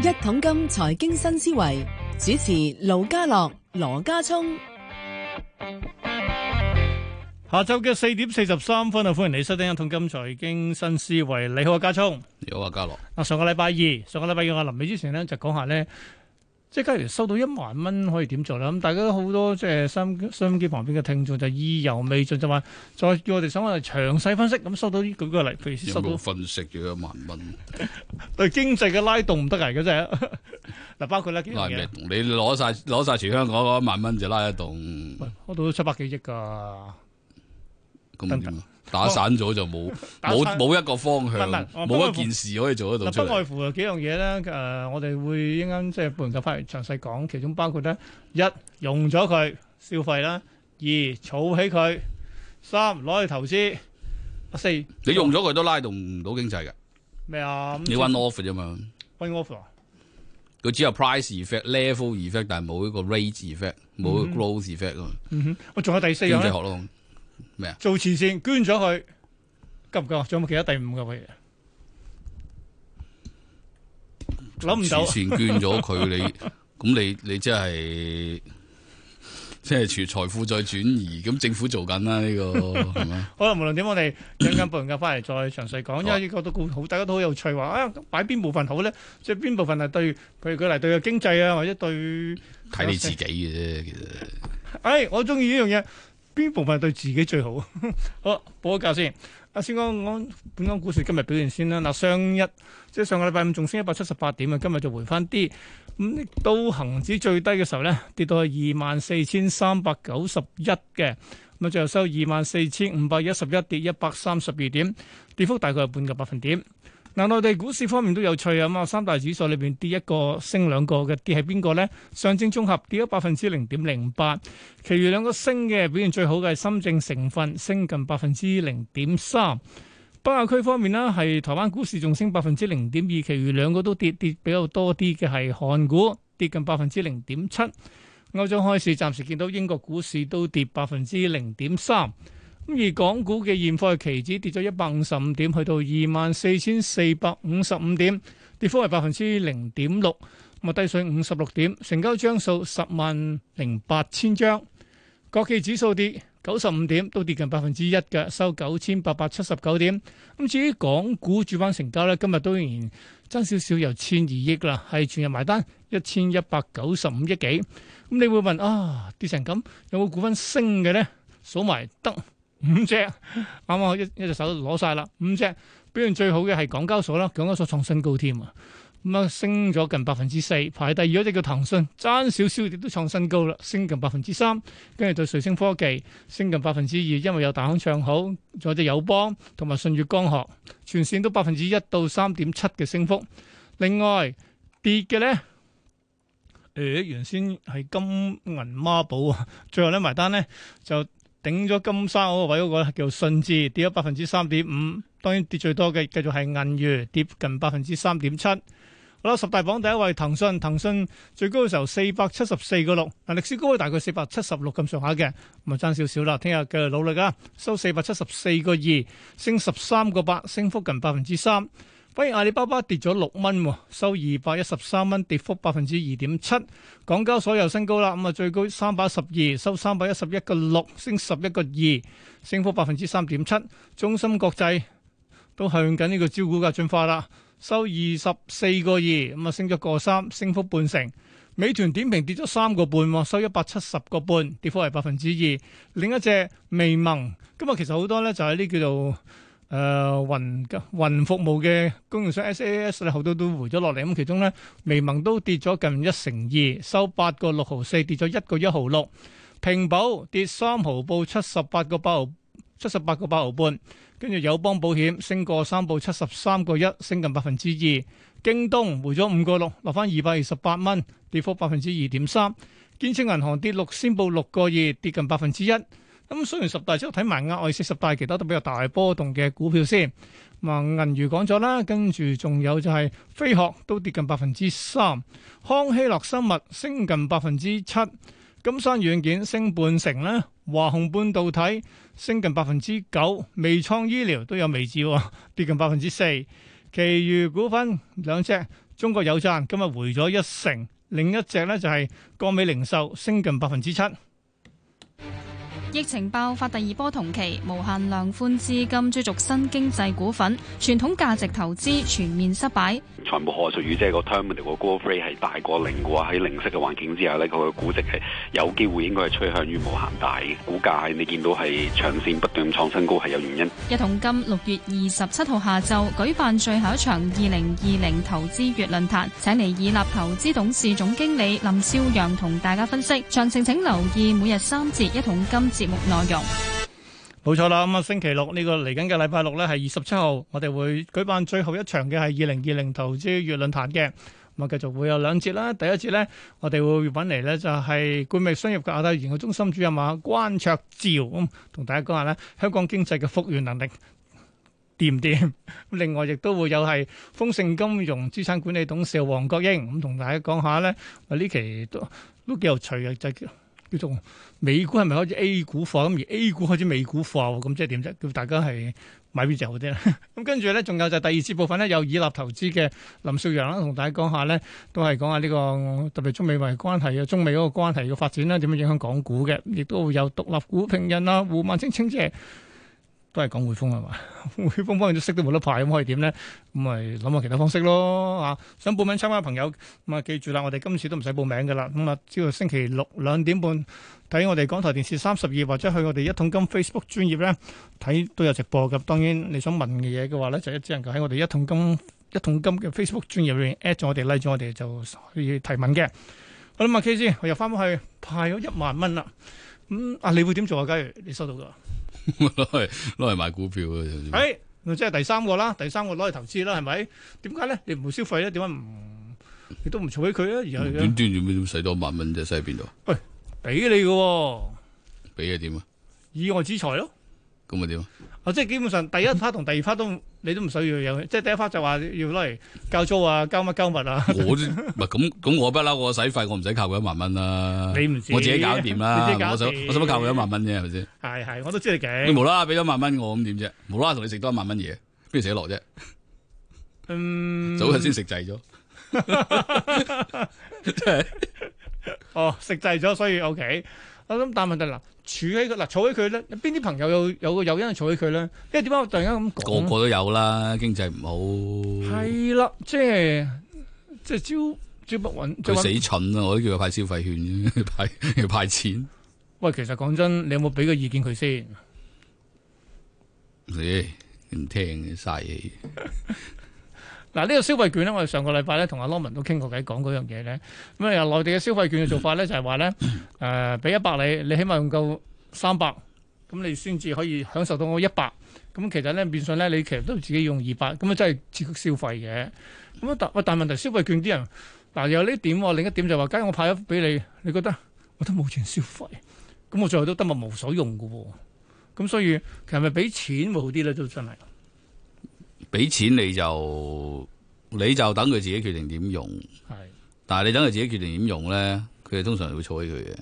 一桶金財經新思維主持盧家樂、羅家聰。下晝嘅四點四十三分啊，歡迎你收聽《一桶金財經新思維》。你好啊，家聰。有啊，家樂，嗱，上個禮拜二，上個禮拜二我臨尾之前咧就講下咧，即係假如收到一萬蚊可以點做啦？咁大家都好多即係收音收音機旁邊嘅聽眾就意猶未盡，就話再叫我哋想我哋詳細分析。咁收到呢舉個例，譬如有收到冇分析咗一萬蚊？對經濟嘅拉動唔得嚟嘅真係。 嗱，包括咧幾樣拉咩嘢，動？你攞晒攞晒全香港嗰一萬蚊就拉得動，喂，開到七百幾億㗎。咁點啊打散咗就冇哦打冇散冇一個方唔係向唔係，我不外冇乎一件事可以做得到嗱，出不嚟。外乎有幾樣嘢咧，誒、我哋會一啱即係半夠翻嚟詳細講，其中包括咧一用咗佢消費啦，二儲起佢，三攞去投資，四你用咗佢都拉動唔到經濟嘅，咩啊？咁你 one off 啫嘛。 win offer 啊佢只有 price effect、level effect，但係冇一個 rate effect，冇一個 growth effect 啊嘛。嗯哼，我仲有第四經濟樣學咧，咯，做慈善捐咗佢，夠唔夠？仲有冇其他第五個嘅嘢？諗唔慈到，善捐咗佢，你 咁你你即係即係全財富再轉移，咁政府做緊啦呢個係咪？好啦，無論點，我哋陣間半夠翻嚟再詳細講，因為呢個都好，大家都好有趣話啊，擺邊部分好咧？即係邊部分係對，譬如佢嚟對個經濟啊，或者對，睇你自己嘅啫，其實。哎，我中意呢樣嘢，邊部分係對自己最好？ 好，報一價先。啊，先講講本港股市今日表現先啦。嗱，上一即係上個禮拜五仲升一百七十八點啊，今日就回翻啲。咁到恒指最低嘅時候咧，跌到係二萬四千三百九十一嘅。咁啊，最後收二萬四千五百一十一，跌一百三十二點，跌幅大概係半個百分點。嗱，內地股市方面都有趣啊！咁啊，三大指數裏邊跌一個，升兩個嘅跌係邊個咧？上證綜合跌咗百分之零點零八，其餘兩個升嘅表現最好嘅係深證成分升近百分之零點三。北亞區方面呢，係台灣股市仲升百分之零點二，其餘兩個都跌，跌比較多啲嘅係韓股跌近百分之零點七。歐洲開市暫時見到英國股市都跌百分之零點三。咁而港股嘅現貨期指跌咗一百五十五點，去到二萬四千四百五十五點，跌幅係百分之零點六，咁啊低水五十六點，成交張數十萬零八千張。國企指數跌九十五點，都跌近百分之一嘅，收九千八百七十九點。咁至於港股主板成交咧，今日都仍然爭少少，由千二億啦，係全日埋單一千一百九十五億幾。咁你會問啊，跌成咁有冇股份升嘅咧？數埋得五隻，啱啱我一一隻手攞晒啦，五隻表現最好嘅係港交所啦，港交所創新高添啊！咁啊，升咗近百分之四，排第二嗰只叫騰訊，爭少少亦都創新高啦，升近百分之三。 跟住到瑞聲科技升近百分之二，因為有大行唱好，仲有隻友邦同埋信越光學，全線都百分之一到三點七嘅升幅。另外跌嘅咧，誒、原先係金銀孖寶啊，最後咧埋單咧就頂咗金沙嗰個位嗰個咧叫信置，跌咗百分之三點五。當然跌最多嘅繼續係銀娛，跌近百分之三點七。好啦，十大榜第一位騰訊，騰訊最高嘅時候四百七十四個六，嗱歷史高位大概四百七十六咁上下嘅，咁啊爭少少啦。聽日繼續努力啦，收四百七十四個二，升十三個八，升幅近百分之三。反而阿里巴巴跌咗六蚊喎，收二百一十三蚊，跌幅百分之二點七。港交所有新高啦，咁啊最高三百一十二，收三百一十一個六，升十一個二，升幅百分之三點七。中芯國際都向緊呢個招股價進化啦。收二十四個二，咁啊升咗個三，升幅半成。美團點評跌咗三個半喎，收一百七十個半，跌幅係百分之二。另一隻微盟，今日其實好多咧就係呢叫做誒雲雲服務嘅供應商 SaaS 咧，好多都回咗落嚟。咁其中咧微盟都跌咗近一成二，收八個六毫四，跌咗一個一毫六。平保跌三毫，報七十八個八毫，七十八個八毫半。跟住友邦保險升過三報七十三個一，升近百分之二。京東回咗五個六，落翻二百二十八蚊，跌幅百分之二點三。建設銀行跌六先報六個二，跌近百分之一。咁雖然十大之後睇埋額外四十大其他都比較大波動嘅股票先。咁啊，銀娛講咗啦，跟住仲有就係飛鶴都跌近百分之三，康希諾生物升近百分之七，金山軟件升半成啦，華虹半導體。升近百分之九，微創醫療都有微字喎，跌近百分之四。其餘股份兩隻中國有贊，今日回咗一成。另一隻呢就係國美零售，升近百分之七。疫情爆發第二波同期，無限量寬資金追逐新經濟股份，傳統價值投資全面失敗。財務可述與即係個 terminal 個 growth rate 係大過零嘅話，喺零息嘅環境之下呢佢個估值係有機會應該係趨向於無限大嘅。股價係你見到係長線不斷咁創新高係有原因。一桶金六月二十七號下晝舉辦最後一場二零二零投資月論壇，請嚟以立投資董事總經理林少陽同大家分析。詳情請留意每日三節一桶金節目內容。 冇錯啦，咁啊星期六呢、個嚟緊嘅禮拜六咧係二十七號，我哋會舉辦最後一場嘅係二零二零投資月論壇嘅。咁啊，繼續會有兩節啦。第一節咧，我哋會揾嚟咧就係冠美商業嘅亞太研究中心主任啊關卓照，咁同大家講下咧香港經濟嘅復原能力掂唔掂？咁另外亦都會有係豐盛金融資產管理董事黃國英，咁同大家講下咧，啊呢期都都幾有趣嘅，就係叫叫做。美股係咪開始 A 股化咁？而 A 股開始美股化喎，咁即係點啫？叫大家係買邊隻好啲咧？ 咁跟住咧，仲有就係第二節部分咧，有以立投資嘅林少陽啦，同大家講下咧，都係講下呢、個特別中美為關係啊，中美嗰個關係嘅發展啦，啊點樣影響港股嘅，亦都會有獨立股評人啦，胡萬清清姐都係講匯豐係啊嘛？ 匯豐方面都息都冇得派，咁啊可以點咧？咁咪諗下其他方式咯嚇、想報名參加嘅朋友咁啊，記住啦，我哋今次都唔使報名噶啦，咁啊，只要星期六兩點半。睇我哋港台電視三十二，或者去我哋一桶金 Facebook 專頁咧睇都有直播嘅。當然你想問嘅嘢嘅話咧，就只能夠喺我哋一桶金一桶金嘅 Facebook 專頁裏面 at 咗我哋 like 咗我哋就可以提問嘅。好啦，阿 K 先，我又翻返去派咗一萬蚊啦。咁、啊，你會點做啊？假如你收到嘅話，啊攞嚟攞嚟買股票啊嘅。誒、咪哎即係第三個啦，第三個攞嚟投資啦，係咪？點解咧？你唔會消費咧？點解唔你都唔儲起佢咧？而無係端端做咩咁使多萬蚊啫？使喺邊度？俾你嘅喎，俾嘅點啊？意外之財咯。咁啊點啊？啊，即係基本上嗯第一 part 同第二 part 都你都唔需要有，即係第一 part 就話要攞嚟交租啊、交乜交物啊， 我都唔 係咁咁，我不嬲我使費，我唔使靠佢一萬蚊啦。你唔知我自己搞掂啦。你自己搞我使掂我使乜靠佢一萬蚊啫？係咪先？係係，我都知你你嘅。無啦啦俾咗萬蚊我咁點啫？無啦啦同你食多一萬蚊嘢，邊度食得落啫？嗯，早日先食滯咗。哦，食滯咗，所以 OK。我諗但係問題嗱，儲起佢嗱，儲起佢咧，邊啲朋友有有個誘因去儲起佢咧？因為點解我突然間咁個講？個都有啦，經濟唔好，係啦，即係即係朝朝不穩，朝佢死蠢啊！我都叫佢派消費券啫，派派錢。喂，其實講真，你有冇俾個意見佢先？咦，唔聽嘅嘥氣。嗱，呢個消費券咧，我哋上個禮拜咧同阿 Norman 都傾過偈，講嗰樣嘢咧。咁啊，由內地嘅消費券嘅做法咧，就係話咧，誒俾一百你，你起碼用夠三百，咁你先至可以享受到我一百。咁其實咧，變相咧，你其實都自己用二百，咁啊真係刺激消費嘅。咁啊，但喂，但問題消費券啲人，嗱有呢點喎，另一點就係話，假如我派咗俾你，你覺得我都冇錢消費，咁我最後都得物無所用嘅喎。咁所以其實咪俾錢會好啲咧，都真係。俾錢你就你就等佢自己決定點用，係。但係你等佢自己決定點用咧，佢哋通常會儲起佢嘅。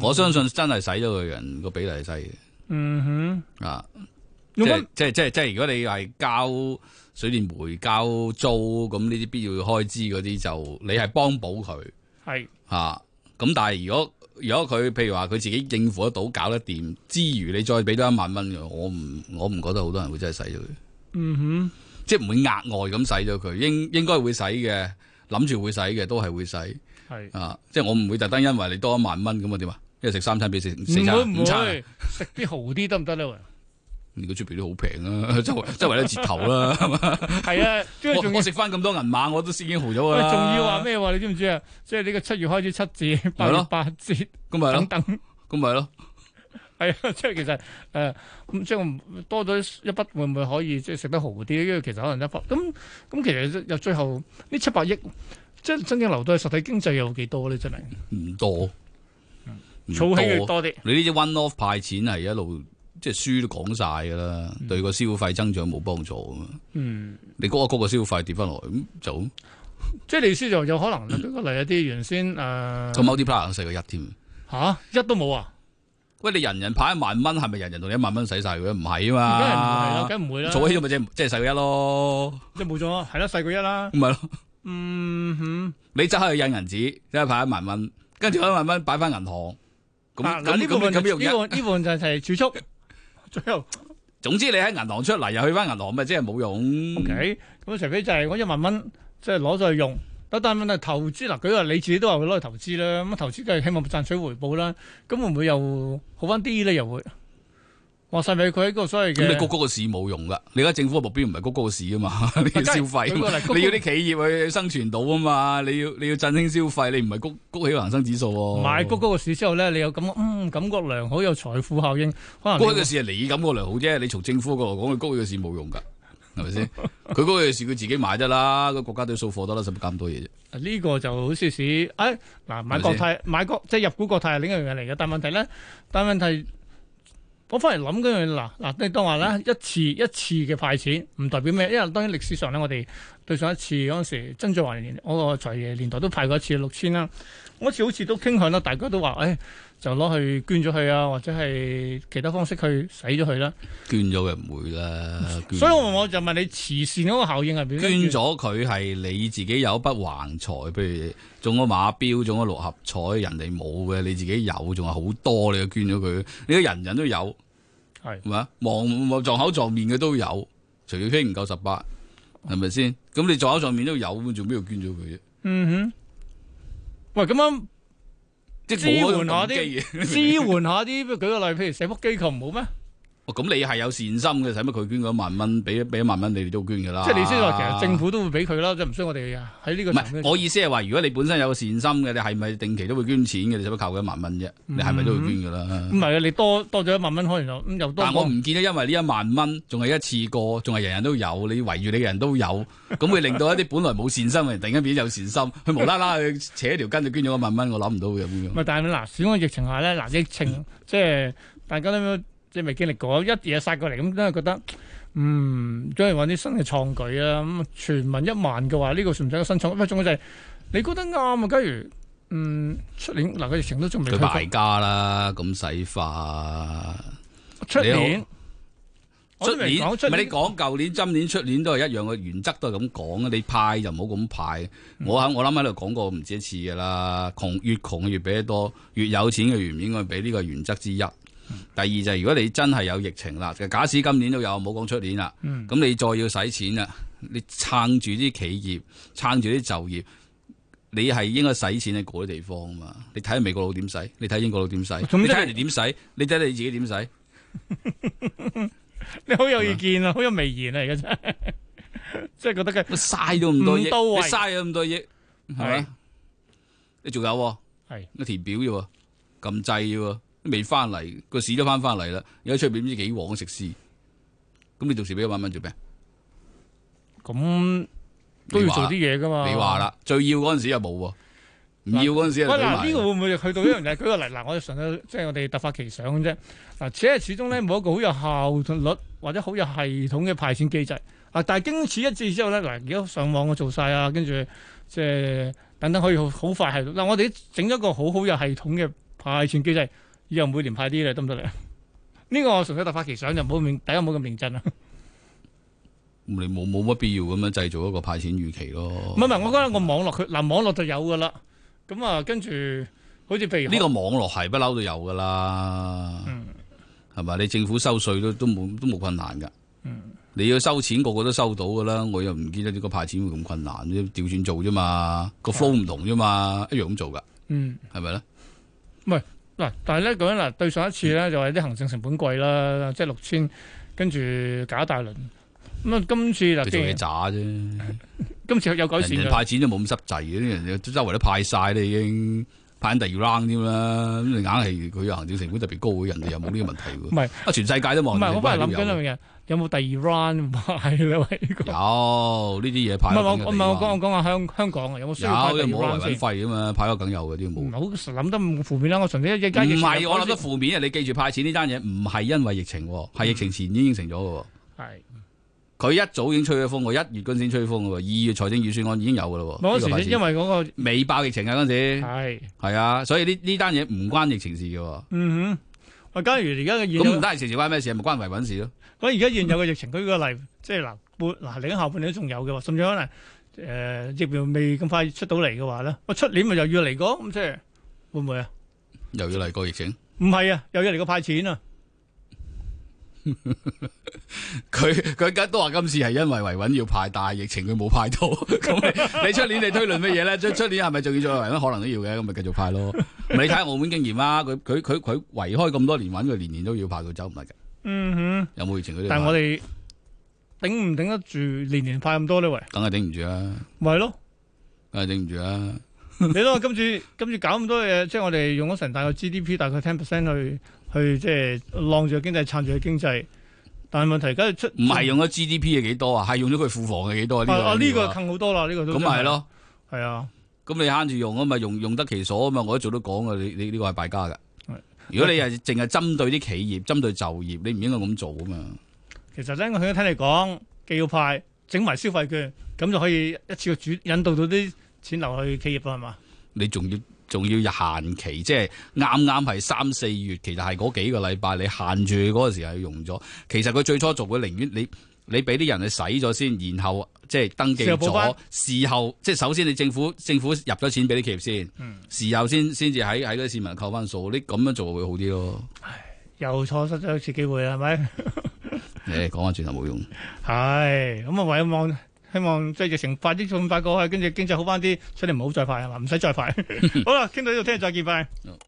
我相信真係使咗佢嘅人個比例係細嘅嗯啊！哼，即用緊係即係即係即係，如果你係交水電煤、交租咁呢啲必要開支嗰啲，就你係幫補佢係。嚇。啊咁、但係如果如果佢譬如話佢自己應付得到、搞得掂之餘，你再俾多一萬蚊嘅，我唔我唔覺得好多人會真係使咗佢。嗯即係唔會額外咁使咗佢，應應該會使嘅，諗住會使嘅都係會使哼，係。啊！即係我唔會特登因為你多一萬蚊咁啊點啊？因為食三餐比食唔四會餐唔五啊餐會，食啲豪啲得唔得咧？ 喂你個出邊都好平啊， 周圍周圍都折頭 啦，係嘛？係啊，即係我仲我要食翻咁多銀碼，我都已經豪咗㗎喂啦。仲要話？咩喎？你知唔知啊？即係呢個七月開始七折，八月咯八折咁咪等咯，等，咁咪咯。係啊！ 即係其實誒，呃咁即係我多咗一筆，會唔會可以即係食得豪啲？因為其實可能一筆咁咁，其實又最後呢七百億，即係真正流到去實體經濟有幾多咧？真係唔多，唔儲起佢多啲，你呢啲 one off 派錢係一路即係書都講晒㗎啦，對個消費增長冇幫助啊嘛。嗯。你嗰個嗰個消費跌翻落嚟咁就即係你意思就有可能，舉個例，有啲原先個誒 multiplier 細過一添。嚇一都冇啊，喂，你人人派一萬蚊，係咪人人同你一萬蚊使晒佢？唔係梗係唔係啦，啊嘛，梗係唔會啦，做起咗咪即係即係使佢一咯，即係冇咗，係啦，細過一啦。咁咪咯， Vậy thì, nếu như vậy, thì chúng ta sẽ có thể thấy rằng, 嗯哼，你即刻去印銀紙，即刻派一萬蚊，跟住一萬蚊擺翻銀行。啊咁嗱咁呢部咁分咁就樣呢一部呢部分就係儲蓄， 最後。總之你喺銀行出嚟又去翻銀行，咪即係冇用。 O K，咁啊除非就係我一萬蚊即係攞咗去用。但係問題投資嗱，舉個例你自己都話會攞去投資啦，咁投資梗係希望賺取回報啦。咁會唔會又好翻啲咧？又會話晒俾佢喺嗰個所謂咁嘅你谷高個市冇用噶，你而家政府嘅目標唔係谷高個市 啊嘛，你要消費啊舉個例谷嘛，高你要啲企業去生存到啊嘛，你要你要振興消費，你唔係谷谷起個恒生指數喎。買谷高個市之後咧，你有感覺嗯感覺良好，有財富效應，可能谷啊你起個市係你感覺良好啫，你從政府嗰度講，佢谷起個市冇用噶，係咪 先？佢谷起個市佢自己買得啦，個國家隊掃貨得啦，使乜咁多嘢啫？呢個就好少少，誒、嗱買咪國泰買國即係入股國泰係另一樣嘢嚟嘅，但問題咧，但問題我翻嚟諗嗰樣嘢嗱嗱，你當話嗯啦，一次一次嘅派錢唔代表咩，因為當然歷史上咧，我哋對上一次嗰陣時，曾俊華年我個財爺年代都派過一次六千啦，嗰次好似都傾向啦，大家都話誒、哎就攞去捐咗佢啊，或者係其他方式去使咗佢啦，捐咗嘅唔會啦，捐所以我我就問你慈善嗰個效應係點樣捐咗佢係你自己有一筆橫財，譬如中咗馬標、中咗六合彩，人哋冇嘅，你自己有，仲係好多，你就捐咗佢。你個人人都有，係係咪啊？望望撞口撞面嘅都有，除非唔夠十八，係咪先？咁你撞口撞面都有，咁做咩要捐咗佢啫？嗯哼，喂咁樣。即係支援冇嗰種下動機嘅。支援下啲，舉個例，譬如社福機構唔好咩？哦咁你係有善心嘅，使乜佢捐嗰一萬蚊？俾俾一萬蚊你哋都捐㗎啦。即係你先話，其實政府都會俾佢啦，即係唔需要我哋喺呢個啊唔層面係，我意思係話，如果你本身有善心嘅，你係咪定期都會捐錢嘅？你使乜靠佢一萬蚊啫？你係咪都會捐㗎啦？唔係啊，你嗯多多咗一萬蚊，可能又咁又多但我幫。唔見得，因為呢一萬蚊仲係一次過，仲係人人都有，你圍住你嘅人都有，咁會令到一啲本來冇善心嘅人突然間變咗有善心，佢無啦啦去扯條筋就捐咗一萬蚊，我諗唔到嘅咁唔樣。係，但係嗱，小安疫情下咧，嗱疫嗯情即係大家都即係未經歷過，一嘢殺過嚟，咁都係覺得。嗯，都係揾啲新嘅創舉啊！咁全民一萬嘅話，呢、個算唔算一個新創？不過仲有就係、你覺得啱啊！假如嗯出年嗱個疫情都仲未佢退敗復，家啦，咁使法。出你年好我出都未年唔講出係你年講舊年、今年、出年都係一樣嘅原則，都係咁講啊嘅。你派就唔好咁派。我喺我諗喺度講過唔止一次㗎啦。窮越窮嘅越俾得多，越有錢嘅越唔應該俾呢個原則之一。第二就係、如果你真係有疫情啦，假使今年都有，唔好講出年啦。咁、嗯你再要使錢啦，你撐住啲企業，撐住啲就業，你係應該使錢喺嗰啲地方啊嘛。你睇下美國佬點使，你睇英國佬點使，你即係睇人哋點使，你睇你自己點使。你好有意見啊，好有微言啊，而家真係， 即係覺得佢乜嘥咗咁多億，唔到位你嘥咗咁多億，係係咪？你仲有喎，係我填表啫喎，撳掣啫喎，都未翻嚟，個市都翻翻嚟啦，而家出邊唔知幾旺嘅食肆，咁你到時俾一萬蚊做咩？咁都要做啲嘢噶嘛。你話。啦，最要嗰陣時又冇喎，唔要嗰陣時喂，又俾嗱，埋呢個會唔會去到一樣嘢？舉個例，嗱，我哋純粹即係我哋突發奇想嘅啫。嗱，只係始終嗯咧冇一個好有效率或者好有系統嘅派錢機制。啊，但係經此一致之後咧，嗱，而家上網我做晒啊，跟住即係等等可以好好快係。嗱，我哋整咗個好好有系統嘅派錢機制，以後每年派啲咧，得唔得咧？呢個我純粹突發奇想，就唔好咁認大家唔好咁認真啦。啊你冇冇乜必要咁樣製造一個派錢預期咯。唔係唔係，我覺得個網絡佢嗱網絡就有噶啦。咁啊，跟住好似譬如呢個網絡係不嬲都有噶啦，嗯係咪、你政府收税都都冇都冇困難噶。嗯你要收錢，個個都收到噶啦。我又唔見得呢個派錢會咁困難，調轉做啫嘛，啊個 flow 唔同啫嘛，一樣咁做噶，嗯係咪咧？嗱，但係咧講緊嗱對上一次嗯咧就係啲行政成本貴啦，即係六千，跟住搞一大輪。咁啊，今次嗱，佢既做嘢然渣啫，人今次有改善哋嘅，派錢都冇咁濕滯嘅，啲人周圍都派晒啦已經。派緊第二 round 添啦，咁你硬係佢行政成本特別高嘅，人哋又冇呢個問題唔喎。係啊，全世界都唔冇人哋係，我翻嚟諗派緊都兩樣嘢，有冇第二 round 派咧？喂，呢個唔有呢啲嘢派係得我緊嘅唔地係我方。講我講下香香港啊，有冇需要派有，第又二冇 round 維穩先？費啊嘛，派咗梗有嘅呢個唔冇。好諗得咁負面啦，我純粹一一間疫唔情係有我改諗得善負面啊！你記住派錢呢單嘢唔係因為疫情喎，係疫情前已經應承咗嘅喎。係佢一早已經吹咗風喎，一月嗰陣先吹風嘅喎，二月財政預算案已經有嘅咯嗰喎。呢個陣派時因錢為嗰個未爆疫情啊嗰陣時，係係啊，所以呢呢單嘢唔關疫情事嘅喎。嗯哼。喂，假如而家嘅現咁有唔單係疫情事關咩事？咪關維穩事咯。咁而家現有嘅疫情，舉個例，即係嗱，半嗱，嚟緊下半年都仲有嘅喎，甚至可能誒、呃疫苗未咁快出到嚟嘅話咧，我出年咪又要嚟過，咁即係會唔會啊？又要嚟個疫情，唔係啊，又要嚟個派錢啊！佢佢而家都話今次係因為維穩要派，但係疫情佢冇派到， 咁你你出年你推論乜嘢咧？出出年係咪仲要再維穩？可能都要嘅，咁咪繼續派咯。咪你睇下澳門經驗啦，佢佢佢佢圍開咁多年穩，佢年年都要派，佢走唔甩嘅。嗯哼。有冇疫情佢都要但係我派？哋頂唔頂得住年年派咁多呢？喂， 梗係頂唔住啦，咪係咯，梗係頂唔住啊啦。你諗下今次今次搞咁多嘢，即係我哋用咗成大概 GDP 大概 ten percent 去去即係浪住個經濟撐住個經濟，但係問題而家出唔係用咗 GDP 嘅幾多啊？係用咗佢庫房嘅幾多啊？呢個啊呢要個啊近好多啦，呢個都咁真咪係，咯。係啊，咁你慳住用啊嘛，用用得其所啊嘛，我一早都講噶，你你呢個係敗家噶係。如果你係淨係針對啲企業、針對就業，你唔應該咁做啊嘛。其實咧我聽你講，既要派整埋消費券，咁就可以一次過主引導到啲錢流去企業啦，係嘛？你仲要仲要限期，即係啱啱係三四月，其實係嗰幾個禮拜你限住嗰個時候用咗。其實佢最初做，佢寧願你你俾啲人去洗咗先，然後即係登記事後補返咗，事後即係首先你政府政府入咗錢俾啲企業先，嗯事後先先至喺喺嗰啲市民扣翻數。你咁樣做會好啲咯。又錯失咗一次機會啦，係咪？誒，講翻轉頭冇用。係，咁啊唯有望希望即係疫情快啲咁快過去，跟住經濟好翻啲，出年唔好再快係嘛，唔使再快。好啦，傾到呢度，聽日再見，拜。好